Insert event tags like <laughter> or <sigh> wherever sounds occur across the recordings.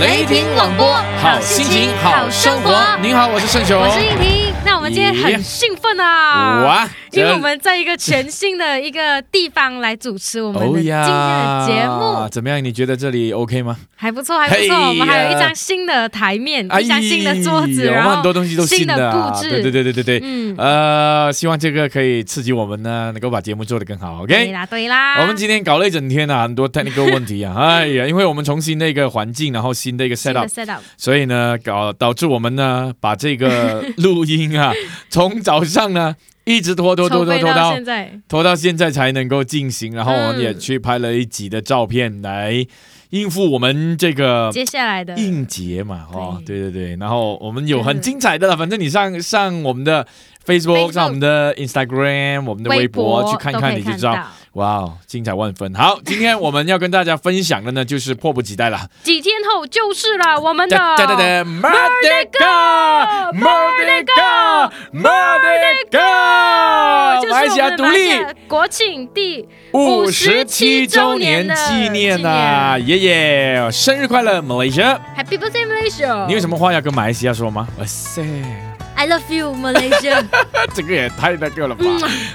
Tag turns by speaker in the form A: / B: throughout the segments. A: 雷霆广播，好心情，好生活。您好，我是盛雄，
B: 我是应婷。那我们今天很兴奋啊！
A: 哇，
B: 因为我们在一个全新的一个地方来主持我们
A: 哦
B: 的今天的节目。
A: Oh、yeah, 哦怎么样？你觉得这里 OK 吗？
B: 还不错，还不错。Hey, 我们还有一张新的台面，哎、一张新的桌子，然后
A: 很多东西都
B: 新
A: 的啊
B: 布置。
A: 对对对对对对。嗯。呃，希望这个可以刺激我们呢，能够把节目做得更好。OK。
B: 对啦，对啦。
A: 我们今天搞了一整天啊，很多 technical 问题
B: <laughs>
A: 啊，哎呀，因为我们重新的一个环境，然后新的一个 set up，,
B: set up
A: 所以呢，搞导致我们呢把这个录音啊，从早上呢。一直拖拖拖
B: <laughs>
A: 拖拖
B: 到现在，
A: 拖到现在才能够进行。然后我们也去拍了一集的照片来应付我们这个
B: 接下来的
A: 应节嘛，哦，对对对。然后我们有很精彩的了，反正你上上我们的 Facebook，上我们的 Instagram，我们的微博去看看，你就知道，哇，哦精彩万分。好，今天我们要跟大家分享的呢，就是迫不及待了。
B: 几天后就是了，我们的
A: m o r d e g a m o r d e g a m o r d e g a
B: 哦
A: 马来西亚独立
B: 国庆第
A: 五十七周年纪念哦呐、啊，爷爷生日快乐，Malaysia！Happy
B: birthday Malaysia！
A: 你有什么话要跟马来西亚说吗？哇塞！
B: I love you, Malaysia
A: 这个也太那个了吧？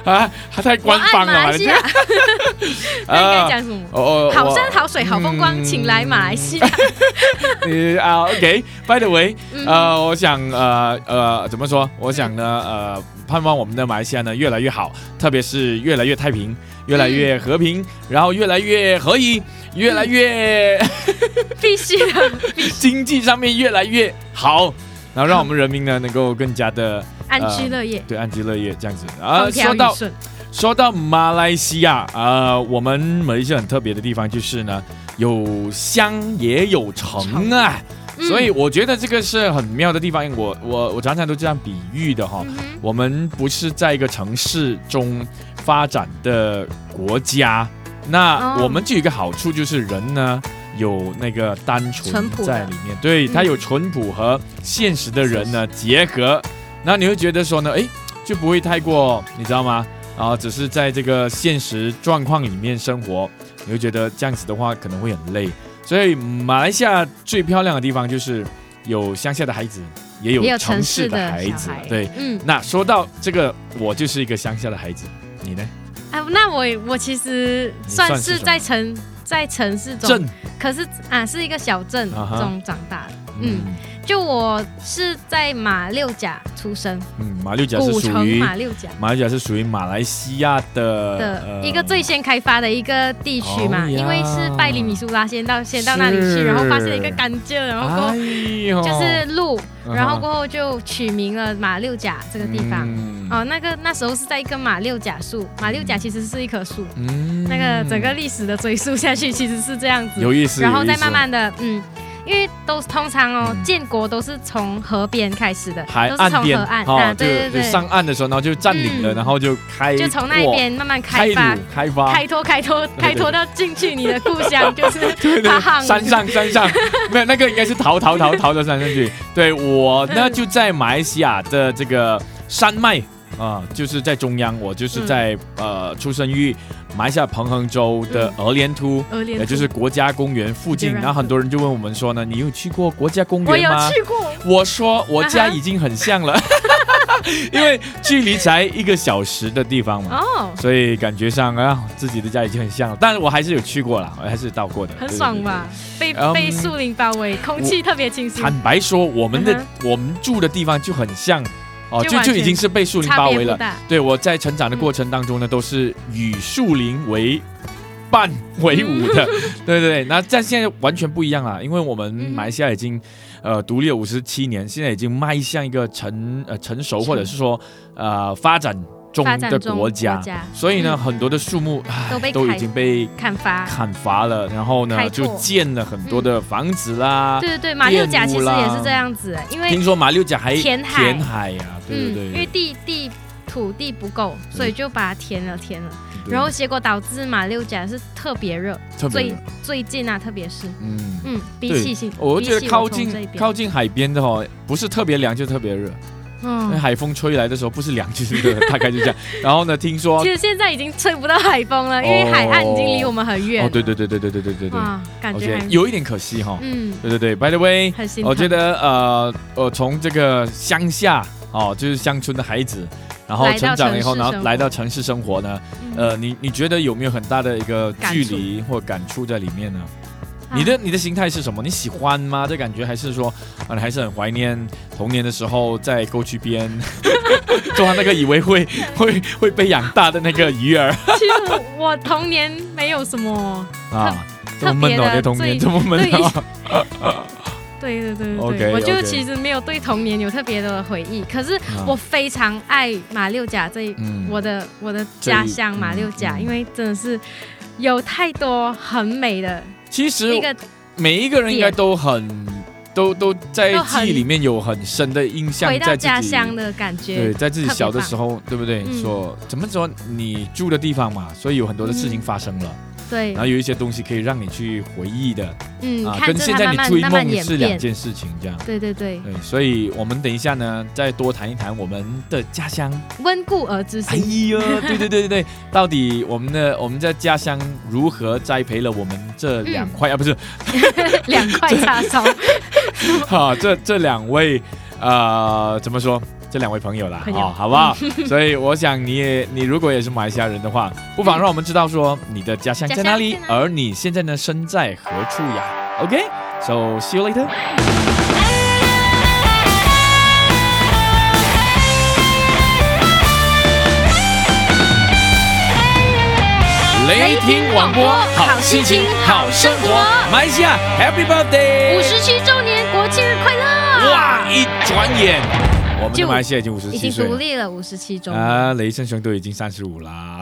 A: 嗯、啊，它太 <laughs> 官方了啊吧？
B: 这
A: <laughs> 啊
B: 那应该讲什么？哦哦，好山好水好风光，嗯、请来马来西亚。
A: 嗯你啊，OK，By the way，呃，我想呃呃怎么说？我想呢呃，盼望我们的马来西亚呢越来越好，特别是越来越太平，越来越和平，嗯、然后越来越合一，越来越
B: 必须的，
A: 啊经济上面越来越好。然后让我们人民呢能够更加的
B: 安居乐业，呃、
A: 对安居乐业这样子啊。说到说到马来西亚啊、呃，我们某一些很特别的地方就是呢，有乡也有城啊，嗯、所以我觉得这个是很妙的地方。我我我常常都这样比喻的哈，嗯、我们不是在一个城市中发展的国家，那我们就有一个好处就是人呢。有那个单纯在里面，对，它有淳朴和现实的人呢、嗯、结合，那你会觉得说呢，哎，就不会太过，你知道吗？啊，只是在这个现实状况里面生活，你会觉得这样子的话可能会很累。所以马来西亚最漂亮的地方就是有乡下的孩子，也有城市的孩子，
B: 孩
A: 对，
B: <laughs>
A: 嗯。那说到这个，我就是一个乡下的孩子，你呢？
B: 啊，那我我其实算是在城。在城市中，可是啊，是一个小镇中长大的。Uh huh. 嗯，就我是在马六甲出生。
A: 嗯，马六甲是属于
B: 马六甲，
A: 马六甲是属于马来西亚的
B: 的、呃、一个最先开发的一个地区嘛，oh、因
A: 哦
B: 为是拜里米苏拉先到先到那里去，然后发现了一个甘蔗，然后
A: 哎
B: 过后就是路，
A: 嗯
B: 哎、然后过后就取名了马六甲这个地方。嗯哦，那个那时候是在一棵马六甲树，马六甲其实是一棵树，嗯、那个整个历史的追溯下去其实是这样子，
A: 有意思，
B: 然后再慢慢的，嗯，因为都通常哦，嗯、建国都是从河边开始的，
A: 海
B: 都是从河岸，
A: 哦、
B: 啊，对对对，
A: 上岸的时候，然后就占领了，嗯、然后就开，
B: 就从那边慢慢开发，
A: 开发，
B: 开拓，开拓，开拓到进去你的故乡，
A: <laughs>
B: 就是
A: 山上，山
B: <laughs>
A: 上，没有那个应该是逃逃逃逃到山上去，对我呢就在马来西亚的这个。山脉啊、呃，就是在中央，我就是在、嗯、呃出生于马来西亚彭亨州的鹅莲突，
B: 嗯、
A: 也就是国家公园附近。然后很多人就问我们说呢，你有去过国家公园
B: 吗？我有去过。
A: 我说我家已经很像了，啊、 <laughs> 因为距离才一个小时的地方嘛，哦，所以感觉上啊自己的家已经很像了。但是我还是有去过了，我还是到过的，
B: 很爽吧？被被树林包围，空气特别清新。
A: 坦白说，嗯我们的、嗯、我们住的地方就很像。哦，就就已经是被树林包围了。对我在成长的过程当中呢，嗯、都是与树林为伴为伍的，嗯、 <laughs> 对对对。那但现在完全不一样了，因为我们马来西亚已经呃独立了五十七年，现在已经迈向一个成呃成熟或者是说呃发展。中的国家，所以呢，很多的树木都已经被
B: 嗯砍伐、
A: 砍伐了，然后呢，就建了很多的房子啦。
B: 对对对，马六甲其实也是这样子，因为嗯
A: 听说马六甲还啊
B: 填海，
A: 填海呀，对对对，
B: 因为地地土地不够，所以就把它填了填了。然后结果导致马六甲是特别热，
A: 特别
B: 最
A: 热
B: 最近啊，特别是
A: 嗯。
B: 嗯，比
A: 对
B: 起新，
A: 我
B: 比
A: 觉得
B: 起
A: 靠
B: 我从这
A: 近
B: 边
A: 靠近海边的哦，不是特别凉就特别热，那
B: 嗯，
A: 海风吹来的时候不是凉就是
B: <laughs>
A: 热，大概就这样。然后呢，听说
B: 其实现在已经吹不到海风了，因为海岸已经离我们很远了。
A: 哦，对对对对对对对对对
B: 哇，啊感觉
A: ，OK，
B: 还
A: 有一点可惜哈。
B: 嗯，
A: 对对对，By the way，
B: 很心疼。
A: 我觉得呃，我从这个乡下哦，就是乡村的孩子，然后
B: 来到
A: 成长了以后，
B: 城市
A: 然后
B: 生活
A: 来到城市生活呢，
B: 嗯，
A: 呃，你你觉得有没有很大的一个
B: 感
A: 距
B: 触
A: 离或感触在里面呢？
B: 啊
A: 你的你的心态是什么？你喜欢吗？这感觉还是说，啊，你还是很怀念童年的时候在沟渠边 <laughs> 抓那个以为会 <laughs> 会会被养大的那个鱼儿
B: 其实我童年没有什么，
A: 啊，这
B: 特
A: 么闷哦，
B: 特别的
A: 你的童年
B: 最
A: 这么闷
B: 对
A: 哦，
B: 对对对对
A: OK，
B: 对，我
A: OK
B: 就其实没有对童年有特别的回忆。可是
A: 啊
B: 我非常爱马六甲这一
A: 嗯
B: 我的我的
A: 这
B: 家
A: 一
B: 乡马六甲，
A: 嗯嗯
B: 因为真的是有太多很美的
A: 其实
B: 一个
A: 每一个人应该都很都都在
B: 都
A: 记
B: 很
A: 忆里面有很深的印象
B: 回，到
A: 在自
B: 家
A: 己
B: 乡的感觉
A: 对，。在自己
B: 特别
A: 小的
B: 棒
A: 时候，对不对？
B: 嗯
A: 说怎么说你住的地方嘛，所以有很多的事情发生了，
B: 对
A: 然，后有一些东西可以让你去回忆的
B: 嗯，
A: 啊，
B: 看
A: 跟
B: 着
A: 现
B: 它
A: 在
B: 慢
A: 你
B: 慢
A: 追
B: 慢慢
A: 梦
B: 演
A: 是两
B: 变。
A: 件事情，这样。
B: 对对对，
A: 对，所以我们等一下呢，再多谈一谈我们的家乡。
B: 温故而知
A: 哎
B: 新。
A: 呦， <laughs> 对对对对对，到底我们的我们在家乡如何栽培了我们这
B: 嗯
A: 两块、啊，不是
B: 两块叉烧，
A: <laughs> 哈、这这两位，呃，怎么说？这两位朋友啦，啊、
B: 朋友
A: 好不 <laughs> 好？所以我想你也，你如果也是马来西亚人的话，不妨让我们知道说你的家乡在哪里
B: 家乡，在哪里
A: 而你现在呢身在何处呀？OK，so、see you later。雷霆广播，好心情，好生活。马来西亚，Happy Birthday！
B: 五十七周年国庆日快乐！
A: 哇，一转眼，我们的
B: 就
A: 马来西亚已经五十
B: 已
A: 七
B: 经
A: 岁
B: 独
A: 了。
B: 立了五十七周年。
A: 啊，雷胜雄都已经三十五啦，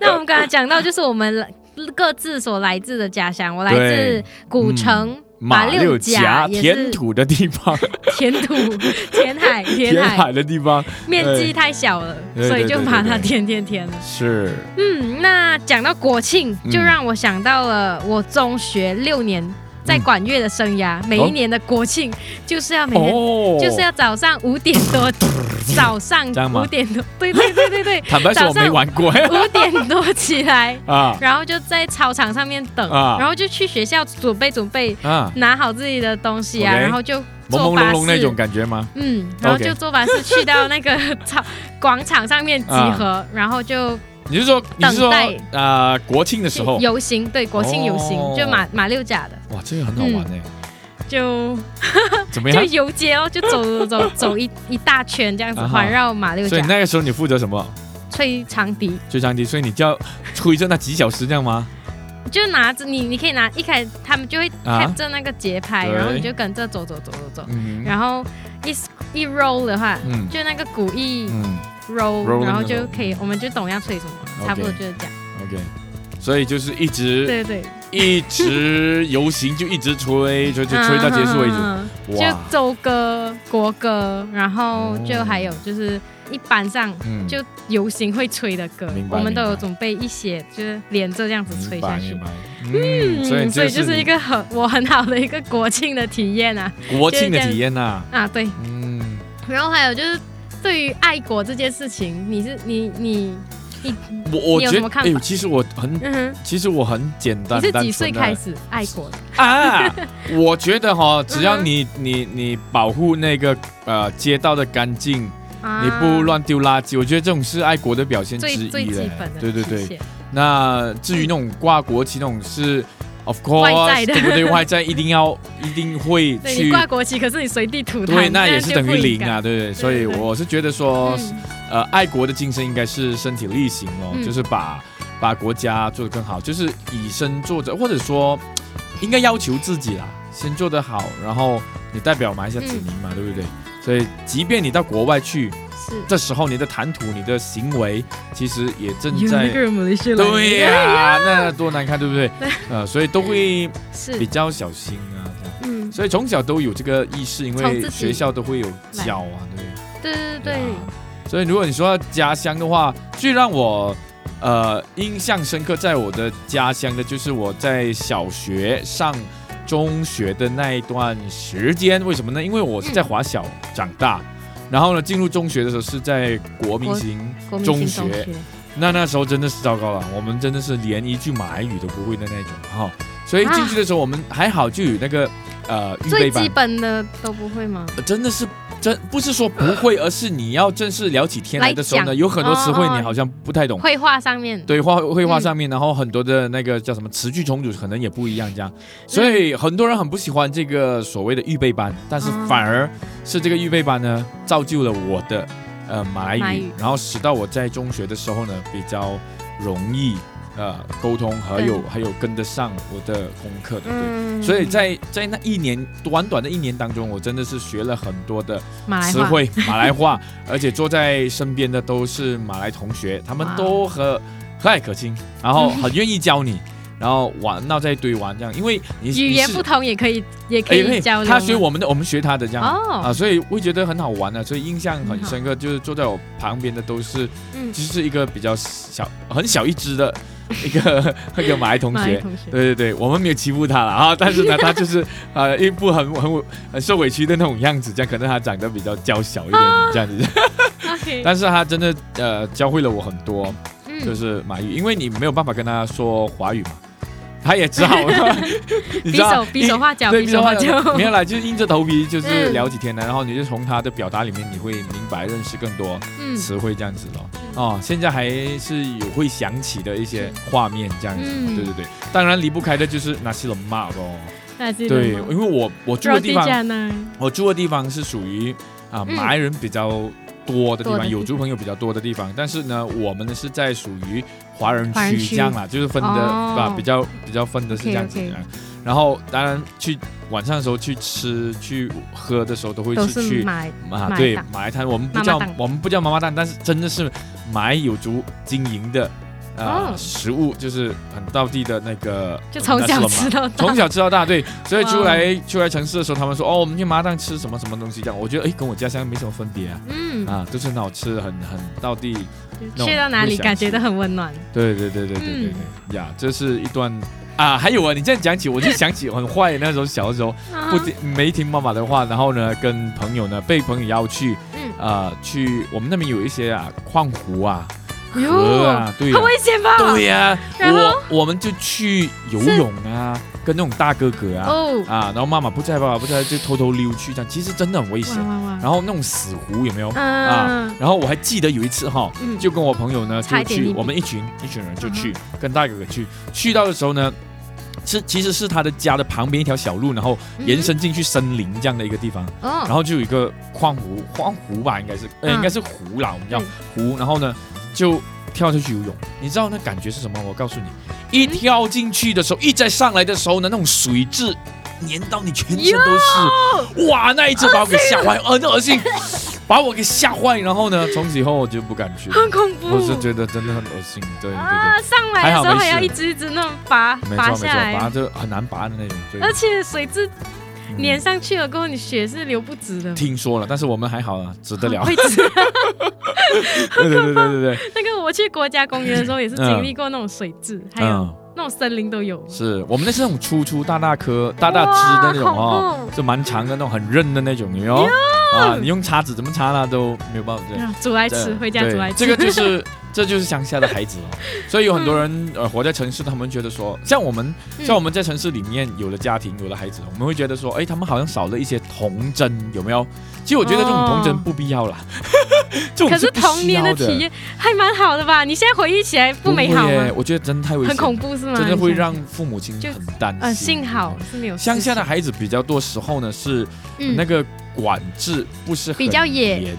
B: 那我们刚才讲到，就是我们来各自所来自的家乡，我来
A: 对嗯
B: 自古城。 <laughs> 马
A: 六
B: 甲也
A: 填
B: 是
A: 土的地
B: <laughs>
A: 方，
B: 填土、
A: <laughs>
B: 填海、填
A: 填
B: 海
A: 海，的地方
B: 面积太小了，
A: 对
B: 所以就
A: 对对
B: 把
A: 对
B: 它
A: 对
B: 填填填了。
A: 是
B: 嗯，那讲到国庆，
A: 嗯
B: 就让我想到了我中学六年
A: 嗯
B: 在管乐的生涯，每一年的国庆就是要每天
A: 哦，
B: 就是要早上五点多，早上
A: 这样吗，
B: 五点多，对对对对对
A: <laughs> 坦白说我没玩过
B: 五点多起来，
A: <laughs> 啊
B: 然后就在操场上面等，
A: 啊
B: 然后就去学校准备准备， <laughs>
A: 啊，
B: 拿好自己的东西啊
A: OK
B: 然后就
A: 朦
B: 坐
A: 朦胧
B: 巴
A: 胧那种
B: 士，
A: 感觉吗？
B: 嗯，然后
A: OK
B: 就坐巴士去到那个 <laughs> 操广场上面集合，
A: 啊
B: 然后就
A: 你是说你是说
B: 等
A: 啊国庆的时候
B: 去游行，对，国庆游行、
A: 哦
B: 就马马六甲的，
A: 哇，这个很好玩哎，
B: 就
A: 怎么
B: 嗯就
A: 样？
B: 游街哦，就走走走走一一大圈这样子
A: 啊哈
B: 环绕马六
A: 所以
B: 甲，
A: 那个时候你负责什么？
B: 吹长笛。
A: 追上帝，所以你就要吹着那几小时这样吗？
B: 就拿着你，你可以拿一开，他们就会
A: 啊
B: c 着那个节拍，
A: 对
B: 然后你就跟着走走走走走，
A: 嗯
B: 然后一一 roll 的话，
A: 嗯
B: 就那个鼓一
A: 嗯
B: roll，、
A: roll
B: 然
A: 那
B: 后
A: 个
B: 就可以，我们就懂要吹什么
A: OK
B: 差不多就是这样。
A: ，OK，所以就是一直
B: 对对对，
A: 一直游行就一直吹，吹吹吹到结束为止。
B: 嗯就
A: 哇，
B: 奏歌、国歌，然后
A: 哦
B: 就还有就是一班上
A: 嗯
B: 就游行会吹的歌
A: 明，白
B: 我们都
A: 明白
B: 有准备一些，就是连着这样子吹
A: 明
B: 下
A: 白
B: 去
A: 明。白。嗯，所以
B: 嗯，
A: 这
B: 所以就是一个很我很好的一个国庆的体验啊
A: 你国庆的体验呐、
B: 啊对。
A: 嗯，
B: 然后还有就是，对于爱国这件事情，你是你你你，
A: 我我
B: 你有
A: 觉
B: 什
A: 得
B: 么看
A: 哎
B: 法
A: 呦，其实我
B: <laughs>
A: 很，
B: 嗯哼，
A: 其实我很简单。
B: 你是几岁
A: 单纯的
B: 开始爱国的？
A: 啊？我觉得
B: <laughs>
A: 哈，只要
B: 嗯哼
A: 你你你保护那个呃街道的干净，
B: 啊
A: 你不乱丢垃圾，我觉得这种是爱国的表现之
B: 最
A: 一
B: 最基
A: 嘞
B: 本的，
A: 对对对
B: 谢，谢，
A: 那至于那种挂国旗那种是，of
B: 外
A: course，
B: 在的
A: 对不对？外在一定
B: <laughs>
A: 要一定会
B: 对你
A: 去，
B: 挂国旗，可是你随地吐痰，
A: 对，那
B: 这
A: 也
B: 样
A: 是
B: 就
A: 等于
B: 不应
A: 零
B: 该。
A: 啊，对不对？所以
B: 对对
A: 我是觉得说，
B: 嗯
A: 呃，爱国的精神应该是身体力行哦，
B: 嗯
A: 就是把把国家做得更好，就是以身作则，或者说应该要求自己啦，先做得好，然后你代表马来西亚子民
B: 嗯
A: 嘛，对不对？所以即便你到国外去，
B: 是
A: 这时候你的谈吐、你的行为，其实也正
B: 有
A: 在
B: 那个人马来西亚来的
A: 对哎呀、那多难看，对不对？呃，所以都会比
B: 是
A: 较小心啊，这样。
B: 嗯，
A: 所以从小都有这个意识，因
B: 从
A: 为
B: 自己
A: 学校都会有教啊，对不对？
B: 对对对对
A: 啊，所以如果你说到家乡的话，最让我呃印象深刻，在我的家乡的就是我在小学上中学的那一段时间。为什么呢？因为我是在华小长大，然后呢进入中学的时候是在国民型
B: 国民
A: 中
B: 性中学，
A: 那那时候真的是糟糕了，我们真的是连一句马来语都不会的那种哈、所以进去的时候我们还好就有那个呃预备
B: 最
A: 班
B: 基，本的都不会吗？
A: 呃真的是真不是说不
B: <laughs>
A: 会，而是你要正式聊起天来的时候
B: 来
A: 呢，
B: 讲
A: 有很多词汇
B: 哦哦
A: 你好像不太懂。
B: 绘画上面，
A: 对画绘画
B: 嗯
A: 上面，然后很多的那个叫什么词句重组，可能也不一样这样，所以很多人很不喜欢这个所谓的预备班，但是
B: 哦
A: 反而是这个预备班呢，造就了我的呃马来语，
B: 马来语
A: 然后使到我在中学的时候呢比较容易呃沟通，还有还有跟得上我的功课的，对。
B: 嗯
A: 所以在在那一年短短的一年当中，我真的是学了很多的
B: 马来
A: 词
B: 话，
A: 汇 <laughs> 马来话，而且坐在身边的都是马来同学，他们
B: 哇
A: 都和和蔼可亲，然
B: <laughs>
A: 后很愿意教你，然后玩闹在一堆玩这样，因为你
B: 语言不
A: 你是
B: 同也可以，也可
A: 哎因
B: 以
A: 为
B: 交流吗。
A: 他学我们的，我们学他的这样。啊，
B: 哦，
A: 所以会觉得很好玩的、所以印象很
B: 很好
A: 深刻。就是坐在我旁边的都是，
B: 嗯
A: 就是一个比较小、很小一只的一个 <laughs> 那个马来同
B: 马来
A: 学，
B: 同学，
A: 对对对，我们没有欺负他了啊，但是呢，他就是呃一副很很很受委屈的那种样子，这样可能他长得比较娇小一点，
B: 啊
A: 这样子，
B: OK，
A: 但是他真的呃教会了我很多，就
B: 嗯，
A: 是马语，因为你没有办法跟他说华语嘛，他也只好
B: <laughs>
A: 你
B: 比
A: 知道
B: 手比手
A: 硬
B: 画脚，
A: 对
B: 比
A: 比
B: 手
A: 手
B: 画
A: 画
B: 脚，
A: 没有啦，就是硬着头皮就是
B: 嗯
A: 聊几天呢，然后你就从他的表达里面你会明白认识更多
B: 嗯
A: 词汇这样子咯。哦，现在还是有会想起的一些画面这样子，
B: 嗯
A: 对对对，当然离不开的就是那些人骂咯。
B: 那是
A: 对，因为我我住的地方，
B: 呢，
A: 我住的地方是属于啊
B: 嗯
A: 马来人比较多的地
B: 多的
A: 方，
B: 地
A: 有族朋友比较多的地方。但是呢，我们呢是在属于华人
B: 华人
A: 区
B: 区
A: 这样啦，就是分的
B: 哦
A: 啊比较比较分的是这
B: OK，
A: 样子
B: OK
A: 的。然后当然去晚上的时候去吃去喝的时候都会
B: 都
A: 是
B: 是
A: 去。
B: 买
A: 啊
B: 马，来
A: 对
B: 档，
A: 马来摊，我们不
B: 妈妈
A: 叫
B: 档
A: 我们不叫妈妈档，但是真的是马来有族经营的呃、
B: 哦
A: 食物，就是很道地的那个，呃
B: 就从
A: 那是
B: 小
A: 了嘛
B: 吃到哦大
A: 从，小吃到大，对，
B: <laughs>
A: 所以
B: 哇
A: 出来出来城市的时候，他们说哦，我们去麻档吃什么什么东西这样，我觉得哎，跟我家乡没什么分别啊，
B: 嗯，
A: 啊，都是很好吃，很很到地，那
B: 去
A: 我
B: 到哪
A: 会
B: 里
A: 想
B: 感觉
A: 吃
B: 都很温暖。
A: 对对对对对对
B: 嗯
A: 对，呀，这是一段啊，还有啊，你这样讲起，我就想起很坏那时候小的时候
B: 啊
A: 不听没听妈妈的话，然后呢，跟朋友呢被朋友邀去
B: 嗯，
A: 啊、去我们那边有一些啊矿湖啊
B: 哎呦
A: 河啊，对啊
B: 很。危险吧？
A: 对呀、
B: 然后
A: 我我们就去游泳啊，跟那种大哥哥啊，
B: 哦，
A: 啊，然后妈妈不在，爸爸不在，就偷偷溜去这样，其实真的很危险
B: 哇。哇哇！
A: 然后那种死湖有没有？啊
B: 嗯，
A: 然后我还记得有一次哈，
B: 嗯
A: 就跟我朋友呢
B: 差
A: 就
B: 一点
A: 去，
B: 溺毙
A: 我们一群一群人就去，跟大哥哥去，去到的时候呢。是，其实是他的家的旁边一条小路，然后延伸进去森林这样的一个地方，然
B: 嗯 <laughs> 哦，
A: 后就有一个矿湖，矿湖吧，应该是，呃，
B: 嗯
A: 应该是湖啦，我们叫
B: 嗯
A: 湖。然后呢，就跳下去游泳，你知道那感觉是什么？我告诉你，一跳进去的时候，一再上来的时候呢，那种水质粘到你全身都是，哇，那一次把我给吓坏，呃，那恶心，把我给吓坏。然后呢，从此以后我就不敢去了，
B: 很恐怖。
A: 我是觉得真的很恶心，对对对，
B: 啊，上来的时
A: 还好
B: 候
A: 没事
B: 还要一只一只那种拔
A: 没
B: 拔
A: 错没
B: 下
A: 错，拔
B: 来，呃
A: 就很难拔的那种，对。
B: 而且水质
A: 嗯
B: 粘上去了过后，你血是流不止的。
A: 听说了，但是我们还好啊，止得了。
B: 会止。
A: <laughs> 对对对对对对，
B: <laughs> 那个我去国家公园的时候也是经历过那种水质，还有
A: 嗯。
B: 那种森林都有。
A: 是我们那是那种粗粗大大颗、大大枝的那种
B: 哇
A: 哦
B: 恐，怖
A: 就蛮长的那种，很韧的那种，有没有？啊，你用叉子怎么叉呢都没有办法。
B: <laughs>
A: 对，
B: 啊煮来吃，
A: 这
B: 回家煮来
A: 对，这
B: 吃。
A: 个就是这就是乡下的孩子哦。所以有很多人呃活在城市，他们觉得说，像我们
B: 嗯
A: 像我们在城市里面有了家庭，有了孩子，我们会觉得说，哎，他们好像少了一些童真，有没有？其实我觉得这种童真
B: 哦
A: 不必要
B: <laughs>
A: 啦，这种
B: <laughs> 可是
A: 不需
B: 童年
A: 要
B: 的
A: 的
B: 体验还蛮好的吧？你现在回忆起来不美好
A: 会耶
B: 吗？
A: 我觉得真的太危险，
B: 很恐怖是吗？
A: 真的会
B: 你想
A: 让父母亲
B: 嗯就
A: 很担
B: 呃，
A: 心。嗯
B: 幸好是没有
A: 乡下
B: 事
A: 的孩子比较多时候呢是
B: 嗯
A: 那个管制不是很
B: 比较野嗯
A: 严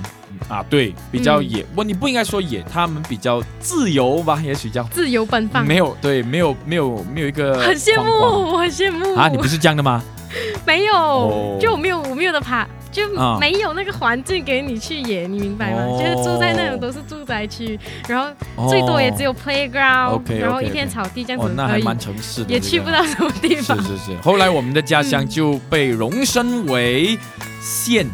A: 啊，对，比较野。不，你不应该说野，他们比较自由吧，也许叫
B: 情自由奔放，
A: 没有对，没有没有没有一个
B: 很羡
A: 框框
B: 慕，我很羡慕
A: 啊，你不是这样的吗？
B: 没
A: 哦
B: 有，就我没有我没有的爬，就
A: 啊
B: 没有那个环境给你去野，你明白吗？
A: 哦
B: 就是住在那种都是住宅区，然后
A: 哦
B: 最多也只有 playground，
A: OK，OK，OK
B: 然后一片草地这样
A: 哦
B: 子，
A: 那
B: 而
A: 还
B: 已，
A: 蛮城市的，
B: 也
A: 这个
B: 去不。到什么地
A: 是
B: 方。
A: 是是，后来我们的家乡就被荣升为县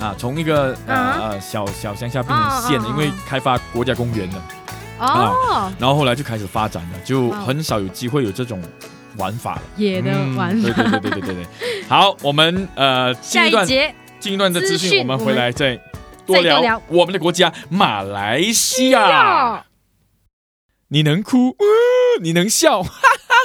A: 啊，从一个呃
B: 嗯啊
A: 呃小小乡下变成县的，
B: 哦哦
A: 因为开发国家公园了，
B: 哦，
A: 然后后来就开始发展了，就
B: 哇
A: 很少有机会有这种玩法了。
B: 野的玩
A: 嗯
B: 法。
A: 对对对对对对
B: <laughs>
A: 对。好，我们呃进
B: 下
A: 一
B: 一
A: 段
B: 节
A: 进一段的资
B: 资
A: 讯，
B: 讯
A: 我们
B: 我
A: 回
B: 们
A: 来再多
B: 再多
A: 聊
B: 聊
A: 我们的国家马来西亚。
B: 哟，
A: 你能哭，呃你能笑，哈哈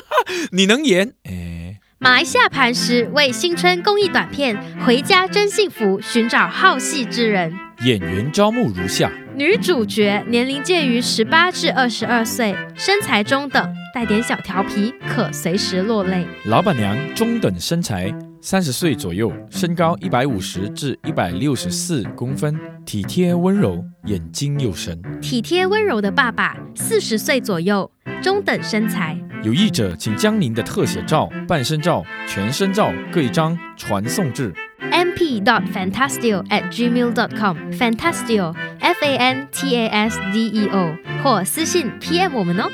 A: 哈，你能演，哎，
B: 马来西亚磐石为新春公益短片《回家真幸福》寻找好戏之人。
A: 演员招募如下。
B: 女主角年龄介于十八至二十二岁，身材中等，带点小调皮，可随时落泪。
A: 老板娘中等身材，三十岁左右，身高一百五十至一百六十四公分，体贴温柔，眼睛有神。
B: 体贴温柔的爸爸，四十岁左右，中等身材。
A: 有意者请将您的特写照、半身照、全身照各一张传送至
B: mp dot fantastio at gmail dot com fantastio f a n t a s d e o 或私信 PM 我们哦。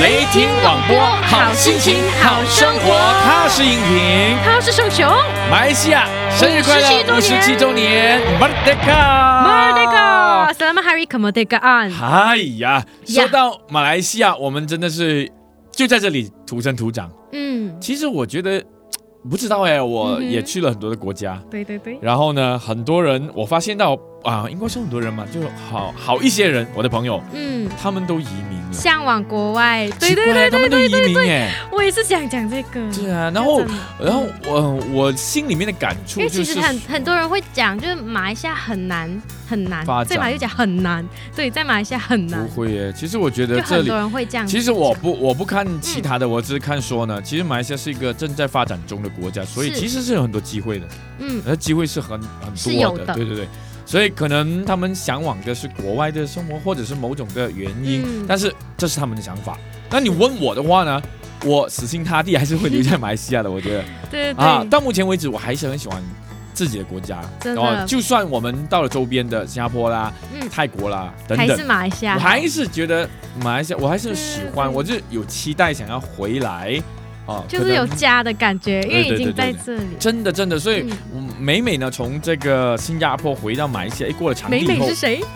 A: 雷霆
B: 广播好心情好生活
A: 他是影评，
B: 他是哦圣雄，
A: 马来西亚生日快乐五
B: 57周
A: 十
B: 年
A: 七周年 m a r d e k a m
B: m e r d e k a s e l a m a Hari k e m e d e k a a n
A: 哎呀，
B: 呀
A: 说到马来西亚，我们真的是就在这里土生土长。
B: 嗯，
A: 其实我觉得不知道哎、我
B: 嗯哼
A: 也去了很多的国家，
B: 对对对，
A: 然后呢，很多人我发现到啊，应该说很多人嘛，就好好一些人，我的朋友
B: 嗯，
A: 他们都移民了。
B: 向往国外，对对
A: 奇怪
B: 对
A: 他
B: 对
A: 们都
B: 对
A: 移
B: 对
A: 民
B: 对，
A: 哎，
B: 我也是想讲这个。
A: 对啊，然后
B: 真的
A: 然后我我心里面的感触
B: 因为
A: 就
B: 其
A: 是
B: 实很很多人会讲，就是马来西亚很难很难
A: 发，展
B: 在马来西亚很难，对，在马来西亚很
A: 不
B: 难，
A: 会耶，其实我觉得
B: 就
A: 这
B: 很
A: 里
B: 多人嗯会这样。
A: 其实我不我不看其他的，我只是看说呢，其实马来西亚是一个正在发展中的国家，所以
B: 是
A: 其实是有很多机会的，
B: 嗯，
A: 而机会是很很
B: 是
A: 多
B: 有
A: 的，
B: 的
A: 对对对。所以可能他们向往的是国外的生活，或者是某种的原因，
B: 嗯
A: 但是这是他们的想法。那你问我的话呢，我死心塌地还是会留在马来西亚的，我觉得。
B: <laughs> 对对对，
A: 啊，到目前为止我还是很喜欢自己的国家。
B: 真的
A: 就算我们到了周边的新加坡啦、
B: 嗯
A: 泰国啦等
B: 还
A: 等
B: 是，马来西亚
A: 我
B: 好，
A: 还是觉得马来西亚，我还是喜欢，
B: 嗯
A: 我就有期待想要回来啊，
B: 就是有
A: 可能
B: 家的感觉，因
A: 对对
B: 为已
A: 对对
B: 经在
A: 对
B: 这里。
A: 真的真的，所以
B: 嗯
A: 我每每呢从这个新加坡回到马来西亚，哎，过了长
B: 美
A: 地
B: 美
A: 后
B: 是谁？
A: <laughs>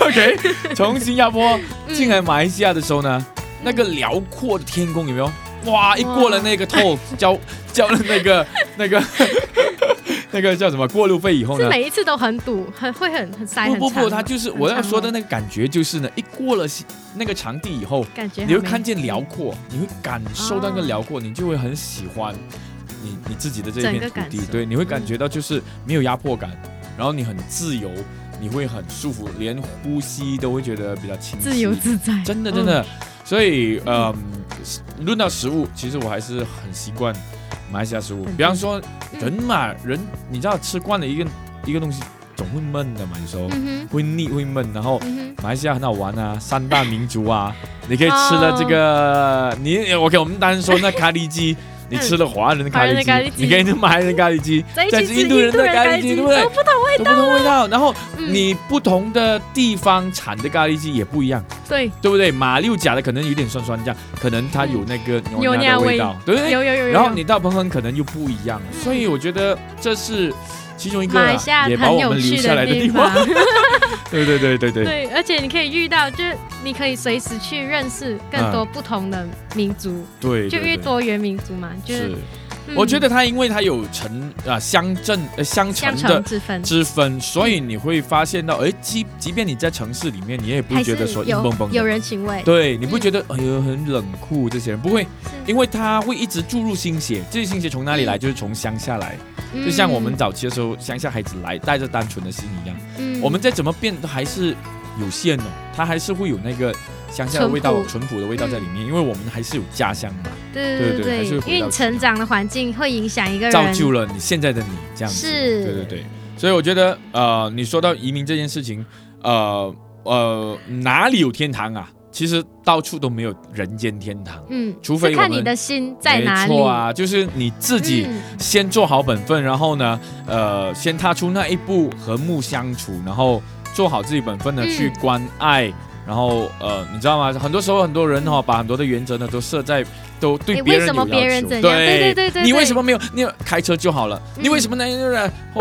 A: ，OK，从新加坡进来马来西亚的时候呢，那个
B: 嗯
A: 辽阔的天空有没有？哇，一过了那个透交 <laughs> 交了那个那个 <laughs> 那个叫什么过路费以后
B: 是
A: 呢？
B: 每一次都很堵，很会很很塞，
A: 不啊
B: 很
A: 不不，
B: 长
A: 它
B: 吗
A: 就是
B: 很
A: 我要
B: 长
A: 说
B: 吗
A: 的那个感觉就是呢，一过了西那个场地以后，
B: 感觉
A: 你会
B: 很美
A: 看见辽阔，你会感受到那个辽阔，你就会很喜欢你你自己的这一
B: 整
A: 片
B: 个
A: 土
B: 感
A: 地，
B: 受
A: 对，你会感觉到就是没有压迫感，然后你很自由，你会很舒服，连呼吸都会觉得比较清晰，
B: 自由自在，
A: 真的
B: 嗯
A: 真的。所以呃，论到食物，其实我还是很习惯马来西亚食物，
B: 很
A: 比方说
B: 嗯
A: 人嘛，人你知道吃惯了一个一个东西，总会闷的嘛，有时候
B: 嗯哼
A: 会腻会闷，然后。
B: 嗯哼，
A: 马来西亚很好玩啊，三大民族
B: <laughs>
A: 啊，你可以吃了这
B: 哦
A: 个，你 OK，我们单说那咖喱
B: <laughs>
A: 鸡，你吃了华人的咖
B: 华人
A: 喱
B: 的
A: 鸡，
B: 咖喱鸡
A: 你可以吃马来人的咖喱
B: <laughs>
A: 鸡，
B: 再一
A: 再
B: 起
A: 吃
B: 吃
A: 印度人的咖喱鸡
B: 印
A: 对
B: 度
A: 不对
B: 人的咖喱鸡都不同味，啊
A: 都不同味道。然后
B: 嗯
A: 你不同的地方产的咖喱鸡也不一样，
B: 对，
A: 对不对？马六甲的可能有点酸酸酱，可能它有那个牛
B: 牛
A: 奶的
B: 奶
A: 味
B: 味
A: 道，对不对？
B: 嗯有有有有，
A: 哎然后
B: 有
A: 你到彭亨可能又不一样，所以我觉得这是其中一个
B: 马
A: 啊
B: 来西亚
A: 也把
B: 很
A: 我
B: 有
A: 们留
B: 趣
A: 下来
B: 的
A: 的地
B: 地
A: 方， <laughs>
B: 方。<laughs>
A: 对对对对对。
B: 对，而且你可以遇到，就是你可以随时去认识更多不同的民族，
A: 对，
B: 就
A: 对
B: 因为
A: 对
B: 多元民族嘛，就是
A: 嗯是，
B: 嗯
A: 我觉得它因为它有城啊乡镇呃乡城
B: 相
A: 的
B: 城之分，
A: 之分，所以你会发现到，哎，即即便你在城市里面，你也不
B: 还
A: 会
B: 是
A: 觉得说硬
B: 有
A: 邦邦
B: 有
A: 的。
B: 人情味，
A: 对，你不
B: 嗯
A: 觉得哎呦很冷酷这些人不会，
B: 是
A: 因为他会一直注入新血，这些新血从哪里
B: 嗯
A: 来？就是从乡下来，就像我们，早期的时候，乡下孩子来带着单纯的心一样，
B: 嗯嗯
A: 我们再怎么变都还是有限的，它还是会有那个乡下的味道、
B: 淳朴
A: 淳朴的味道在里面，因为我们还是有家乡嘛，
B: 对
A: 对对
B: 对
A: 还
B: 对，
A: 是回
B: 因为
A: 到
B: 你成长的环境会影响一个人，
A: 造就了你现在的你，这样子。
B: 是，
A: 对对对，所以我觉得呃，你说到移民这件事情，呃呃，哪里有天堂啊？其实到处都没有人间天堂。
B: 嗯，
A: 除非
B: 是看你的心在哪里。嗯
A: 没错啊，就是你自己先做好本分，然后呢，呃，先踏出那一步，和睦相处，然后做好自己本分
B: 嗯
A: 的去关爱。然后呃，你知道吗？很多时候很多人
B: 嗯
A: 哈、哦，把很多的原则呢都设在都对别人有要求。
B: 对对对对，
A: 你为什么没有？你开车就好了。
B: 嗯、
A: 你为什么呢？
B: 为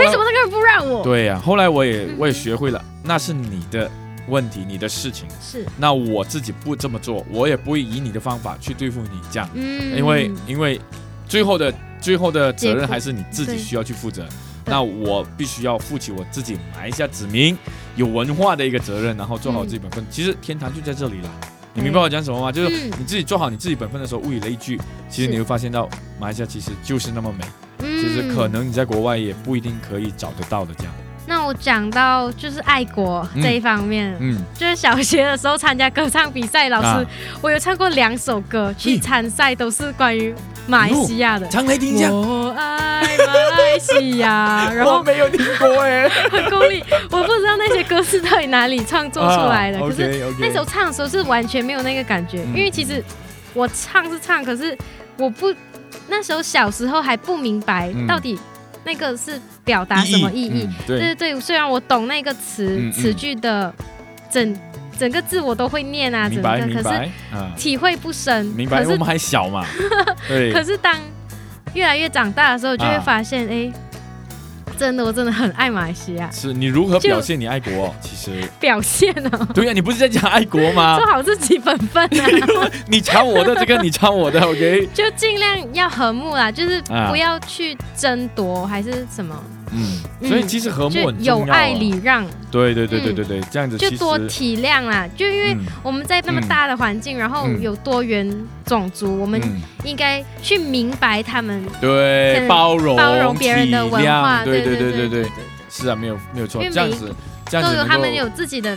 B: 什么嗯那个人不让我？
A: 对呀、啊，后来我也我也学会了，那是你的问题，你的事情。
B: 是。
A: 那我自己不这么做，我也不会以你的方法去对付你这样。
B: 嗯。
A: 因为因为最后的最后的责任还是你自己需要去负责。那我必须要负起我自己埋下子民、有文化的一个责任，然后做好自己本分。嗯、其实天堂就在这里了，
B: 嗯
A: 你明白我讲什么吗？就是你自己做好你自己本分的时候，物以类聚。其实你会发现到马来西亚其实就是那么美，
B: 嗯
A: 其实可能你在国外也不一定可以找得到的这样。
B: 嗯那我讲到就是爱国这一方面，
A: 嗯，嗯
B: 就是小学的时候参加歌唱比赛，老师、啊、我有唱过两首歌去参赛，都是关于马来西亚的。
A: 常来听一下。
B: 我爱马来西
A: <laughs>
B: 亚，然后
A: 没有听过
B: <laughs>
A: 哎，
B: 很功利，我不知道那些歌是到底哪里创作出来的，
A: 啊、
B: 可是
A: okay, okay
B: 那时候唱的时候是完全没有那个感觉，嗯、因为其实我唱是唱，可是我不那时候小时候还不明白到底、嗯。那个是表达什么意义？
A: 嗯、
B: 对
A: 对
B: 对，虽然我懂那个词、
A: 嗯嗯、
B: 词句的整整个字我都会念啊，整个可是
A: 啊
B: 体会不深。
A: 明白，
B: 可
A: 我们还小
B: <laughs>
A: 嘛。对。
B: 可是当越来越长大的时候，就会发现，哎、啊，真的，我真的很爱马来西亚。
A: 是你如何表现你爱国、哦？其实
B: 表现哦。
A: 对呀、啊，你不是在讲爱国吗？
B: <laughs> 做好自己本分啊。
A: <laughs> 你抄我的这个，你抄我的，OK。
B: <laughs> 就尽量要和睦啦，就是
A: 啊
B: 不要去争夺还是什么。
A: 嗯，所以其实和睦、啊、
B: 有爱礼让。
A: 对对对对对对，嗯、这样子
B: 就多体谅啦。就因为我们在那么大的环境，
A: 嗯、
B: 然后有多元种族，嗯、我们应该去明白他们。
A: 对，包容
B: 包容别人的文化。
A: 对
B: 对
A: 对
B: 对
A: 对对，是啊，没有没有错，
B: 因为
A: 这样子这样子
B: 都有他们有自己的。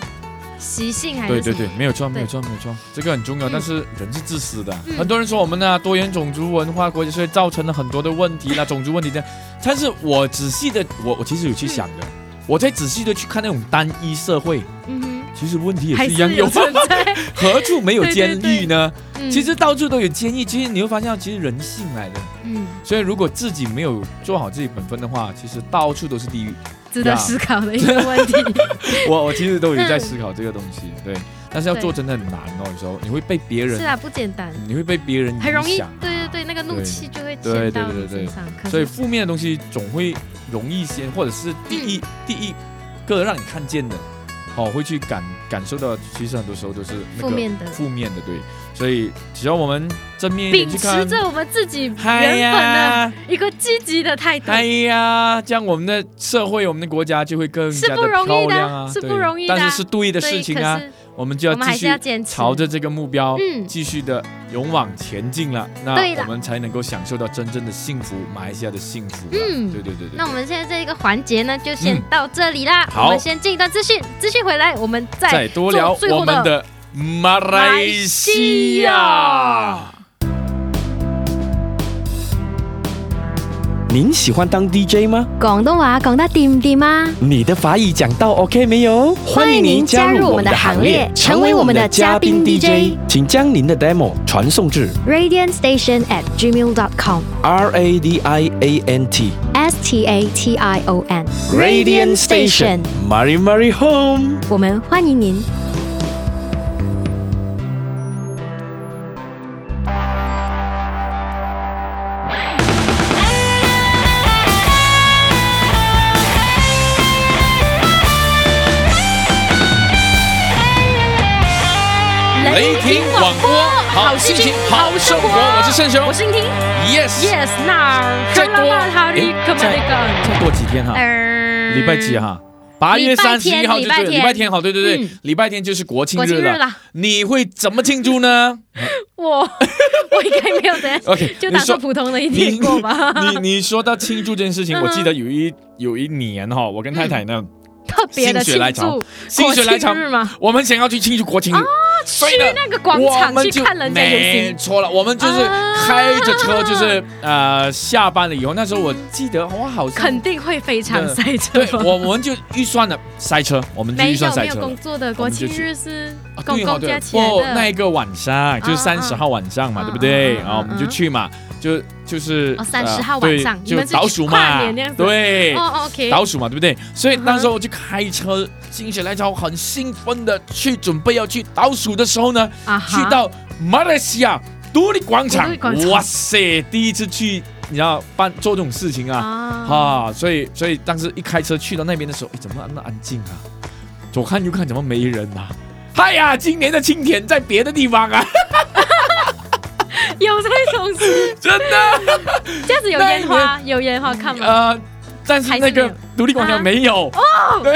B: 习性还是
A: 对对对，嗯没有错，没有错，没有错，这个很重要。但是人是自私的，很多人说我们呢多元种族文化国家，所以造成了很多的问题啦，种族问题的。但是我仔细的，我我其实有去想的，我在仔细的去看那种单一社会，
B: 嗯哼，
A: 其实问题也
B: 是
A: 一样有
B: 存在，嗯
A: 何处没有监狱呢？ <laughs> 其实到处都有监狱，其实你会发现，其实人性来的，
B: 嗯，
A: 所以如果自己没有做好自己本分的话，其实到处都是地狱。
B: 值得思考的一个问题。
A: <laughs> 我我其实都有在思考这个东西，嗯对，但是要做真的很难哦。有时候你会被别人
B: 是啊，不简单，
A: 你会被别人
B: 很容易，
A: 啊对
B: 对对，那个怒气就会
A: 对
B: 到
A: 对对
B: 对，
A: 所以负面的东西总会容易先，或者是第一
B: 嗯
A: 第一个让你看见的，哦，会去感感受到，其实很多时候都是
B: 负面的，
A: 负面的对。所以只要我们正面一点去看，
B: 秉持着我啊们自己原本的一个积极的态度，
A: 哎呀，这样我们的社会、我们的国家就会更加的漂亮啊，
B: 是不容易的，
A: 但是是对的事情啊，我们就要继续朝着这个目标，
B: 嗯，
A: 继续的勇往前进了，那我们才能够享受到真正的幸福，马来西亚的幸福，
B: 嗯，
A: 对对对对。
B: 那我们现在这一个环节呢，就先到这里啦，我们先进一段资讯，资讯回来我们
A: 嗯再多聊我们的。马来西亚，
C: 您喜欢当 DJ 吗？
D: 广东话讲得掂唔掂啊？
C: 你的法语讲到 OK 没有？
D: 欢迎您加入我们的行列，成为我们的嘉宾 DJ。
C: 请将您的 demo 传送至
D: radiant station at gmail dot com
C: r a d i a n t
D: s t a t i o n
C: radiant station Mary Mary Home。
D: 我们欢迎您。
A: 雷霆广播，
B: 好心情，好生活。
A: 我是盛雄，
B: 我是婷。
A: Yes
B: Yes，那
A: 再多
B: 再
A: 再过几天哈，
B: 嗯
A: 礼拜几啊哈？八月三十一号就对，礼拜天好，对对对，礼拜天就是国庆日了。你会怎么庆祝呢？
B: 呃我 <laughs> 我应该没有的。
A: <laughs> OK，
B: 就当做普通的一天过吧。 <laughs>
A: 你你说到庆祝这件事情，我记得有一有一年哈，我跟太太呢。
B: 特别的
A: 心
B: 庆
A: 血来潮
B: 祝
A: 心血来潮
B: 国庆日吗？
A: 我们想要去庆祝国庆日，所以
B: 去
A: 呢，
B: 那个广
A: 我
B: 场
A: 们
B: 去
A: 就
B: 看人家游
A: 没
B: 行，
A: 错了，我们就是
B: 啊
A: 开着车，就是呃下班了以后，那时候我记得哇，好像
B: 肯定会非常塞车
A: 对。我我们就预算了塞车，我们就
B: 没
A: 预算
B: 有
A: 塞
B: 没
A: 车
B: 有
A: 了
B: 工作的
A: 我
B: 国
A: 们就
B: 庆
A: 去
B: 日是
A: 啊
B: 公
A: 对哦
B: 公
A: 对
B: 加
A: 哦
B: 起来
A: 不那一
B: 的，
A: 个晚上就是
B: 嗯
A: 三十号晚上嘛，
B: 嗯
A: 对不对？
B: 嗯嗯
A: 啊，我们就去嘛，就就是
B: 哦
A: 呃
B: 30号晚上
A: 对
B: 你们
A: 就是倒数
B: 跨
A: 嘛
B: 年那样，子
A: 对
B: 哦，哦 OK，
A: 倒数嘛，对不对？所以
B: 嗯哼
A: 那时候我就开车心血来潮，很兴奋的去准备要去倒数的时候呢，
B: 啊
A: 去
B: 哈
A: 到马来西亚独立广
B: 独
A: 场
B: 立广，场
A: 哇塞，第一次去，你知道办做这种事情啊，
B: 啊，
A: 啊，所以所以当时一开车去到那边的时候，哎，怎么那么安静啊？左看右看，怎么没人啊？嗨呀，今年的庆典在别的地方啊， <laughs>
B: 有这种事，
A: 真的。
B: 这样子有
A: 那一
B: 烟花，有烟花看吗？
A: 呃，但是
B: 还是
A: 那
B: 没
A: 个
B: 有
A: 独立广场
B: 啊
A: 没有，
B: 空
A: 呃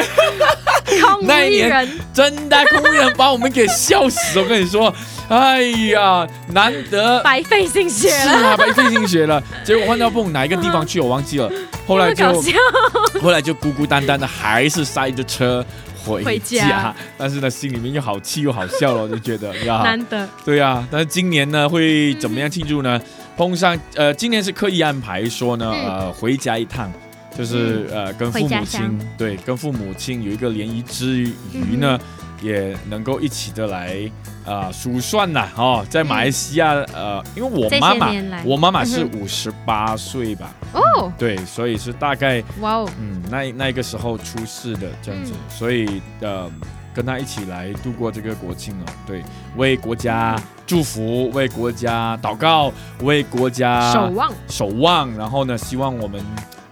A: 那
B: 无
A: 一
B: 一
A: 年
B: 人，
A: 真的，空人把我们给笑死。我跟你说，哎呀，难得
B: 白费心血
A: 是
B: 了，
A: 啊，白费心血
B: <laughs>
A: 了。结果换到不懂哪一个地方去，我忘记了。后来
B: 那么嗯搞
A: 就
B: 笑。
A: 后来就孤孤单单的，还是塞着车回
B: 回
A: 家
B: 家。
A: 但是呢，心里面又好气又好笑了，我就觉得呀，
B: 难得，
A: 对啊。但是今年呢，会怎么样庆祝呢？碰上呃，今年是刻意安排说呢，
B: 嗯
A: 呃，回家一趟。就是呃，跟父
B: 回家
A: 母亲
B: 乡嗯
A: 对，跟父母亲有一个联谊之余呢，也能够一起的来啊、数算呐哦，在马来西亚、呃，因为我
B: 嗯这
A: 妈
B: 些
A: 妈，
B: 年来，
A: 我妈妈是
B: 嗯
A: 五十八岁吧，
B: 哦，
A: 对，所以是大概
B: 哇哦，
A: 嗯，那那个时候出事的这样子，
B: 嗯
A: 所以呃，跟他一起来度过这个国庆哦，对，为国家祝福，为国家祷告，为国家
B: 守望，
A: 守望，然后呢，希望我们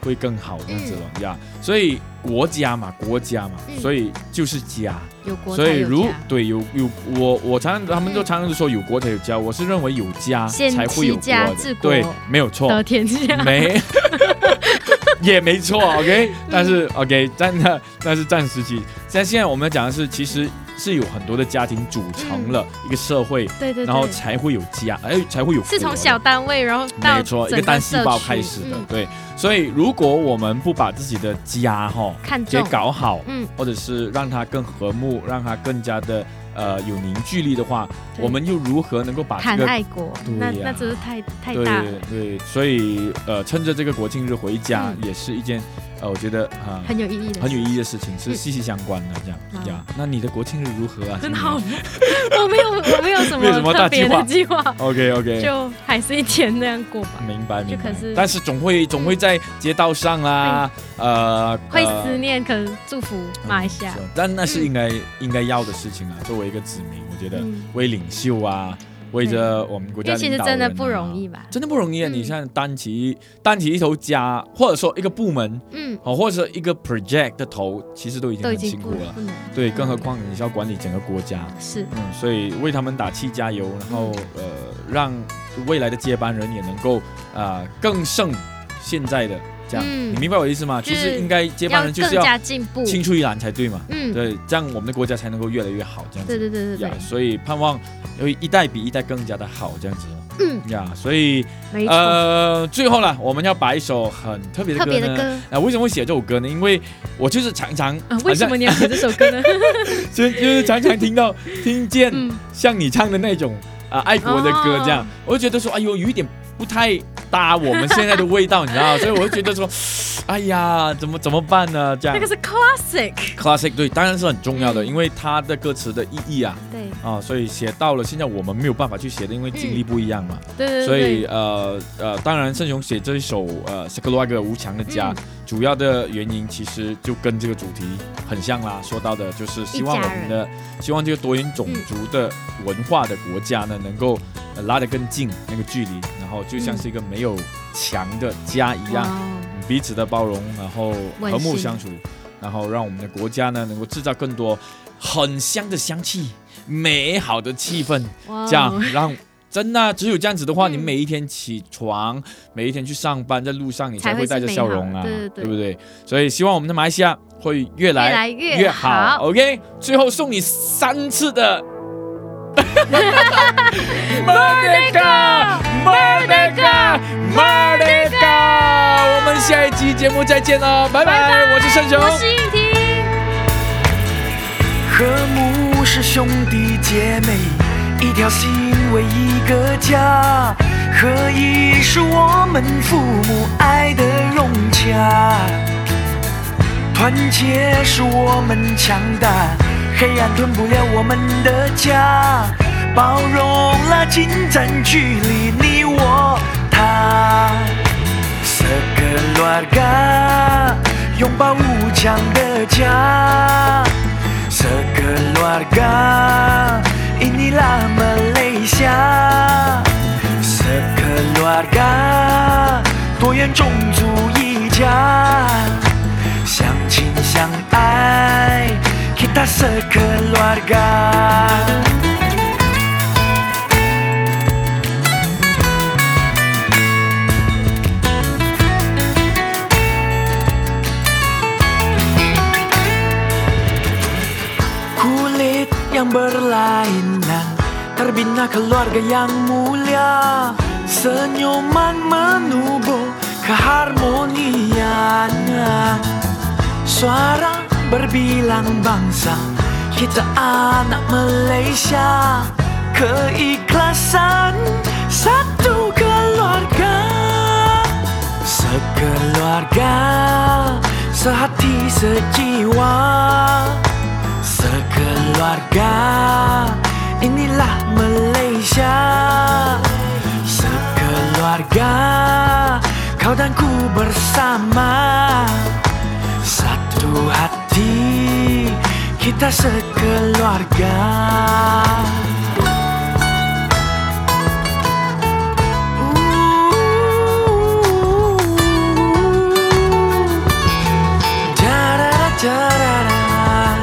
A: 会更好这样子了呀。所以国家嘛，国家嘛，
B: 嗯
A: 所以就是家，
B: 有国
A: 所
B: 才
A: 以
B: 有
A: 如
B: 家
A: 对有有我我常常他们都
B: 嗯
A: 常常说有国才有家，我是认为有家
B: 先
A: 才会有
B: 齐家
A: 国的
B: 治，国
A: 对，没有错，
B: 得天下，
A: 没， <laughs> 也没错，OK
B: 嗯
A: 但是 OK，但那那是暂时期。但现在我们讲的是，其实是有很多的家庭组成了一个社会，
B: 嗯对对
A: 然后
B: 对，
A: 才会有家，哎，才会有
B: 是从
A: 国
B: 小单位，然后到
A: 没错一
B: 整
A: 个单细
B: 社
A: 胞
B: 区
A: 开始的，
B: 嗯
A: 对。所以如果我们不把自己的家哈
B: 看
A: 给
B: 重，
A: 搞好，
B: 嗯，
A: 或者是让它更和睦，让它更加的呃有凝聚力的话，
B: 对
A: 我们又如何能够把这
B: 谈
A: 个
B: 爱国
A: 对，
B: 那
A: 呀
B: 那真是太太
A: 对
B: 大了，
A: 对，所以呃，趁着这个国庆日回家、也是一件呃，我觉得啊、
B: 嗯很有意义的，
A: 很有意义的事情，是
B: 嗯
A: 息息相关的这样
B: 嗯
A: 呀。那你的国庆日如何啊？
B: 真好，我没有我没有什
A: 没有什么
B: 么
A: 大
B: 特
A: 计
B: 别
A: 划嗯
B: 的计划，
A: OK OK，
B: 就还是一天那样过吧，
A: 明白明白
B: 可是。嗯
A: 但是总会总会在街道上啦，呃，
B: 会
A: 呃
B: 思念，可能祝福马来西亚
A: 嗯，是但那是应该应该要的事情啊。作为一个子民，我觉得
B: 嗯，
A: 为领袖啊，为着我们国
B: 因
A: 家
B: 为其实
A: 领导
B: 真的
A: 人
B: 不
A: 啊
B: 容易。吧，
A: 真的不容易啊！
B: 嗯
A: 你像单起单起一头家，或者说一个部门，
B: 嗯，
A: 哦，或者一个 project 的头，其实都已经
B: 都已
A: 很
B: 经
A: 辛苦
B: 不
A: 了
B: 不。能
A: 对，更何况你是要管理整个国家，
B: 是
A: 嗯，所以为他们打气加油，然后
B: 嗯
A: 呃，让未来的接班人也能够啊、更胜现在的这样，
B: 嗯
A: 你明白我的意思吗？
B: 就是
A: 其实应该接班人就是
B: 更
A: 要
B: 加进步，
A: 青出于蓝才对嘛，
B: 嗯，
A: 对，这样我们的国家才能够越来越好这样子。
B: 对对对对
A: 呀
B: 对，
A: 所以盼望会一代比一代更加的好这样子。
B: 嗯
A: 呀，所以
B: 没错，
A: 呃，最后呢，我们要把一首很特别的
B: 特
A: 歌
B: 别的
A: 呢。
B: 歌。
A: 啊，为什么会写这首歌呢？因为我就是常常， <laughs>
B: 啊，为什么你要写这首歌呢？
A: 好像就就是常常听到听见
B: 嗯，哦
A: 像你唱的那种啊、爱国的歌这样，我就觉得说，哎呦，有一点不太搭我们现在的味道，你知道吗，所以我就觉得说， <sighs> 哎呀，怎么怎么办呢？这样
B: 那个是 classic，
A: classic 对，当然是很重要的，
B: 嗯
A: 因为它的歌词的意义啊
B: 对
A: 啊，所以写到了现在我们没有办法去写的，因为经
B: 嗯
A: 历不一样嘛。
B: 对对对，
A: 所以呃呃，当然盛雄写这一首呃《s a k a l a g a 无强的家》
B: 嗯
A: 主要的原因其实就跟这个主题很像啦。说到的就是希望我们的，希望这个多元种族的文化的国家呢，能够、呃拉得更近那个距离，然后就像是一个没有墙的家一样，
B: 哇
A: 嗯彼此的包容，然后和
B: 温
A: 睦
B: 馨
A: 相处，然后让我们的国家呢能够制造更多很香的香气、美好的气氛。
B: 哦
A: 这样让。真的啊、只有这样子的话，
B: 嗯
A: 你每一天起床，每一天去上班，在路上你才
B: 才
A: 会
B: 会
A: 带着
B: 是美
A: 笑容啊，
B: 好的对对对
A: 不对？所以希望我们的马来西亚会越
B: 越
A: 来
B: 来越
A: 好。OK，最后送你三次
B: <laughs>
A: 的 Merdeka，Merdeka，Merdeka。我们下一期节目再见喽，拜拜！我是盛雄，
B: 我是应婷。
E: 和睦是兄弟姐妹，一条心为一个家，合一是我们父母爱的融洽，团结使我们强大，黑暗吞不了我们的家，包容拉近战距离，你我他。Sekeluarga，拥抱无墙的家。Sekeluarga inilah Malaysia Sekeluarga 多元种族一家相亲相爱 Kita sekeluarga yang berlainan Terbina keluarga yang mulia Senyuman menubung keharmonian Suara berbilang bangsa Kita anak Malaysia Keikhlasan satu keluarga Sekeluarga Sehati sejiwa Sekeluarga Inilah Malaysia Sekeluarga Kau dan ku bersama Satu hati Kita sekeluarga Ooh. Da-da-da-da-da-da.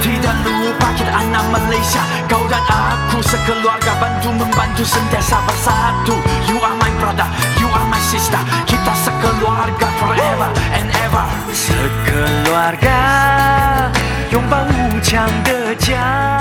E: Tidak lupa kita anak Malaysia Kau dan aku sekeluarga Bantu membantu sentiasa bersatu You are my brother You are my sister Kita sekeluarga forever and ever 这个 keluarga 拥抱无墙的家。